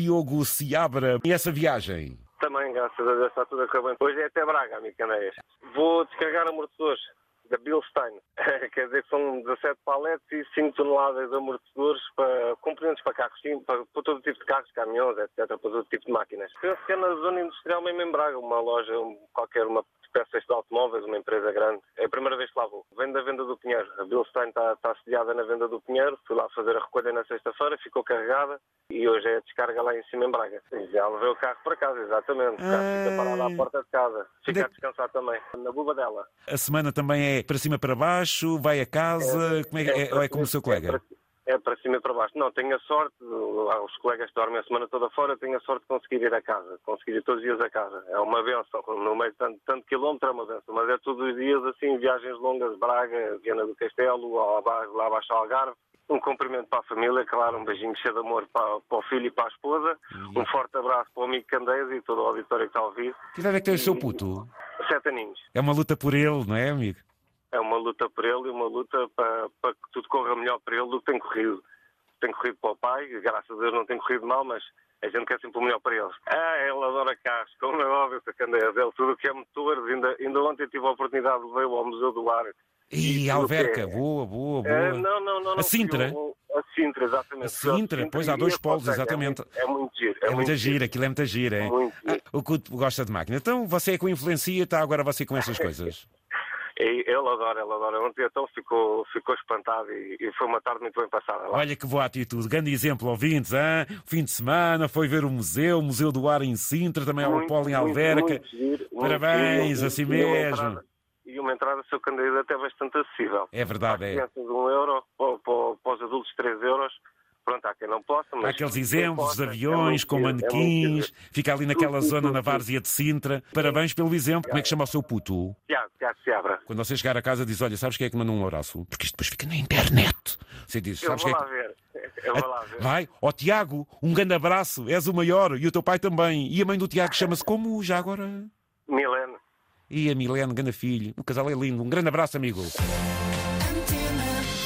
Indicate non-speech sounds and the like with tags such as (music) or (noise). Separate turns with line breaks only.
Diogo Seabra. E essa viagem?
Também, graças a Deus, está tudo acabando. Hoje é até Braga, amigo Caneias. Vou descarregar amortecedores da Bilstein. (laughs) Quer dizer, são 17 paletes e 5 toneladas de amortecedores para componentes para carros, sim, para, para todo tipo de carros, caminhões, etc., para todo tipo de máquinas. Penso que é na zona industrial mesmo em Braga, uma loja, um- qualquer uma de peças de automóveis, uma empresa grande. É a primeira vez que lá vou. Vem da venda do Pinheiro. A Bilstein está, está sediada na venda do Pinheiro. Fui lá fazer a recolha na sexta-feira, ficou carregada e hoje é a descarga lá em cima em Braga. E já levei o carro para casa, exatamente. O carro fica parado à porta de casa. Fica a descansar também, na buba dela.
A semana também é para cima para baixo, vai a casa, como é, que- é- ou é como o seu
É
colega?
para, é para cima e para baixo. Não, tenho a sorte, lá os colegas dormem a semana toda fora, tenho a sorte de conseguir ir a casa, conseguir ir todos os dias a casa. É uma benção, no meio de tanto, tanto quilómetro é uma benção, mas é todos os dias assim, viagens longas, Braga, Viana do Castelo, ao abaixo- lá abaixo ao Algarve. Um cumprimento para a família, claro, um beijinho cheio de amor para, para o filho e para a esposa,
Uhum.
um forte abraço para o amigo Candeias e todo o auditório que está a ouvir.
Que idade é que tem o seu puto?
Sete aninhos.
É uma luta por ele, não é, amigo?
é uma luta por ele e uma luta para, para que tudo corra melhor para ele do que tem corrido. Tem corrido para o pai, e graças a Deus não tem corrido mal, mas a gente quer sempre o melhor para eles. Ah, ele adora carros, como é óbvio, sacandeias. Ele tudo o que é motores, ainda, ainda ontem tive a oportunidade de levá-lo ao Museu do Ar.
E
Isso
Alverca,
é.
boa, boa,
Ah,
boa.
não, não, não.
A Sintra?
A Sintra, exatamente.
A Sintra, pois, há
e
dois
a
polos,
Fonseca.
exatamente.
É muito giro.
É muito
muito
giro, aquilo é muito giro, é?
Muito giro.
Ah, O Cuto gosta de máquina. Então você é que o influencia, está agora você com essas
(laughs)
coisas.
E Ele adora, ele adora. Ontem então ficou, ficou espantado e, e foi uma tarde muito bem passada lá.
Olha que boa atitude, grande exemplo, ouvintes, hã? Fim de semana, foi ver o museu, o Museu do Ar em Sintra, também ao
Muito,
Polo em
muito,
Alverca.
muito giro, muito
Parabéns,
giro,
assim
e uma
mesmo.
entrada- E uma entrada, seu candidato, até bastante acessível.
É verdade, é.
Crianças de 1 euro, para, para, para os adultos 3 euros. Pronto, há quem não possa, mas.
Há aqueles
quem
exemplos de
possa, é
aviões
muito
com
giro, é muito
manequins,
giro.
fica ali naquela zona na várzea de Sintra. Parabéns pelo exemplo. Como é que chama o seu puto?
Tiago, Tiago Seabra.
Quando você chegar a casa, diz: Olha, sabes quem é que mandou um abraço? Porque isto depois fica na internet. Você diz:
Eu
Sabes
vou
quem é
lá
que.
ver. Eu vou lá ver.
Vai, ó Tiago, um grande abraço, és o maior e o teu pai também. E a mãe do Tiago chama-se como já agora?
Milene.
E a Milene, grande filho. O casal é lindo. Um grande abraço, amigo.
Antenna.